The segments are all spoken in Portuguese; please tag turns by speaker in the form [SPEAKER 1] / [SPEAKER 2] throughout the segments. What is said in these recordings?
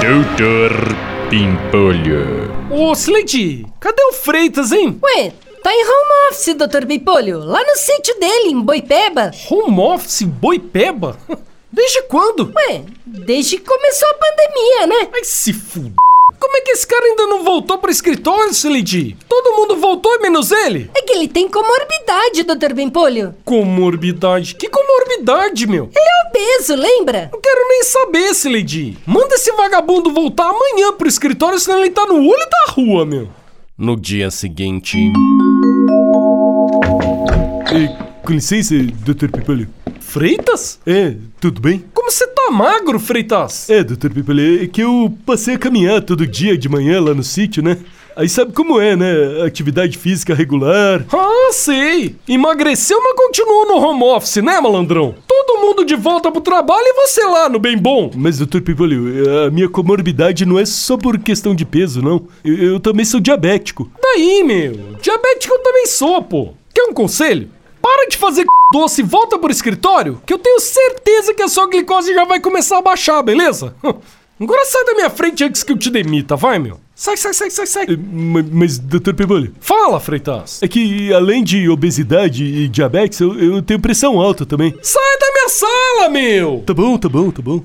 [SPEAKER 1] Doutor Pimpolho.
[SPEAKER 2] Ô, Slade, cadê o Freitas, hein?
[SPEAKER 3] Ué, tá em home office, Dr. Bipolho, lá no sítio dele, em Boipeba.
[SPEAKER 2] Home office, boipeba? Desde quando?
[SPEAKER 3] Ué, desde que começou a pandemia, né?
[SPEAKER 2] Ai, se fuder. Como é que esse cara ainda não voltou pro escritório, Slade? Todo mundo voltou, menos ele?
[SPEAKER 3] É que ele tem comorbidade, Dr. Bipolho.
[SPEAKER 2] Comorbidade. Que comorbidade, meu?
[SPEAKER 3] Ele é obeso, lembra?
[SPEAKER 2] Não quero nem saber, Slade. Manda esse vagabundo voltar amanhã pro escritório, senão ele tá no olho da rua, meu. No dia seguinte.
[SPEAKER 4] Com licença, Dr. Pipolho.
[SPEAKER 2] Freitas?
[SPEAKER 4] É, tudo bem?
[SPEAKER 2] Como você tá magro, Freitas?
[SPEAKER 4] É, Dr. Pipolho, é que eu passei a caminhar todo dia de manhã lá no sítio, né? Aí sabe como é, né? Atividade física regular.
[SPEAKER 2] Ah, sei! Emagreceu, mas continuou no home office, né, malandrão? Todo mundo de volta pro trabalho e você lá no bem bom.
[SPEAKER 4] Mas, Dr. Pipolho, a minha comorbidade não é só por questão de peso, não. Eu, eu também sou diabético.
[SPEAKER 2] Daí, meu. Diabético eu também sou, pô. Quer um conselho? Para de fazer c... doce e volta pro escritório, que eu tenho certeza que a sua glicose já vai começar a baixar, beleza? Agora sai da minha frente antes que eu te demita, vai, meu. Sai, sai, sai, sai, sai.
[SPEAKER 4] É, ma- Mas, Dr. Pipolho,
[SPEAKER 2] Fala, Freitas.
[SPEAKER 4] é que além de obesidade e diabetes, eu, eu tenho pressão alta também.
[SPEAKER 2] Sai da É minha sala, meu.
[SPEAKER 4] Tá bom, tá bom, tá bom.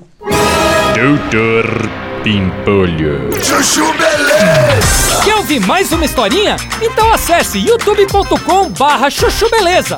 [SPEAKER 1] Doutor Pimpolho.
[SPEAKER 5] Quer ouvir mais uma historinha? Então acesse youtube.com barra chuchu beleza.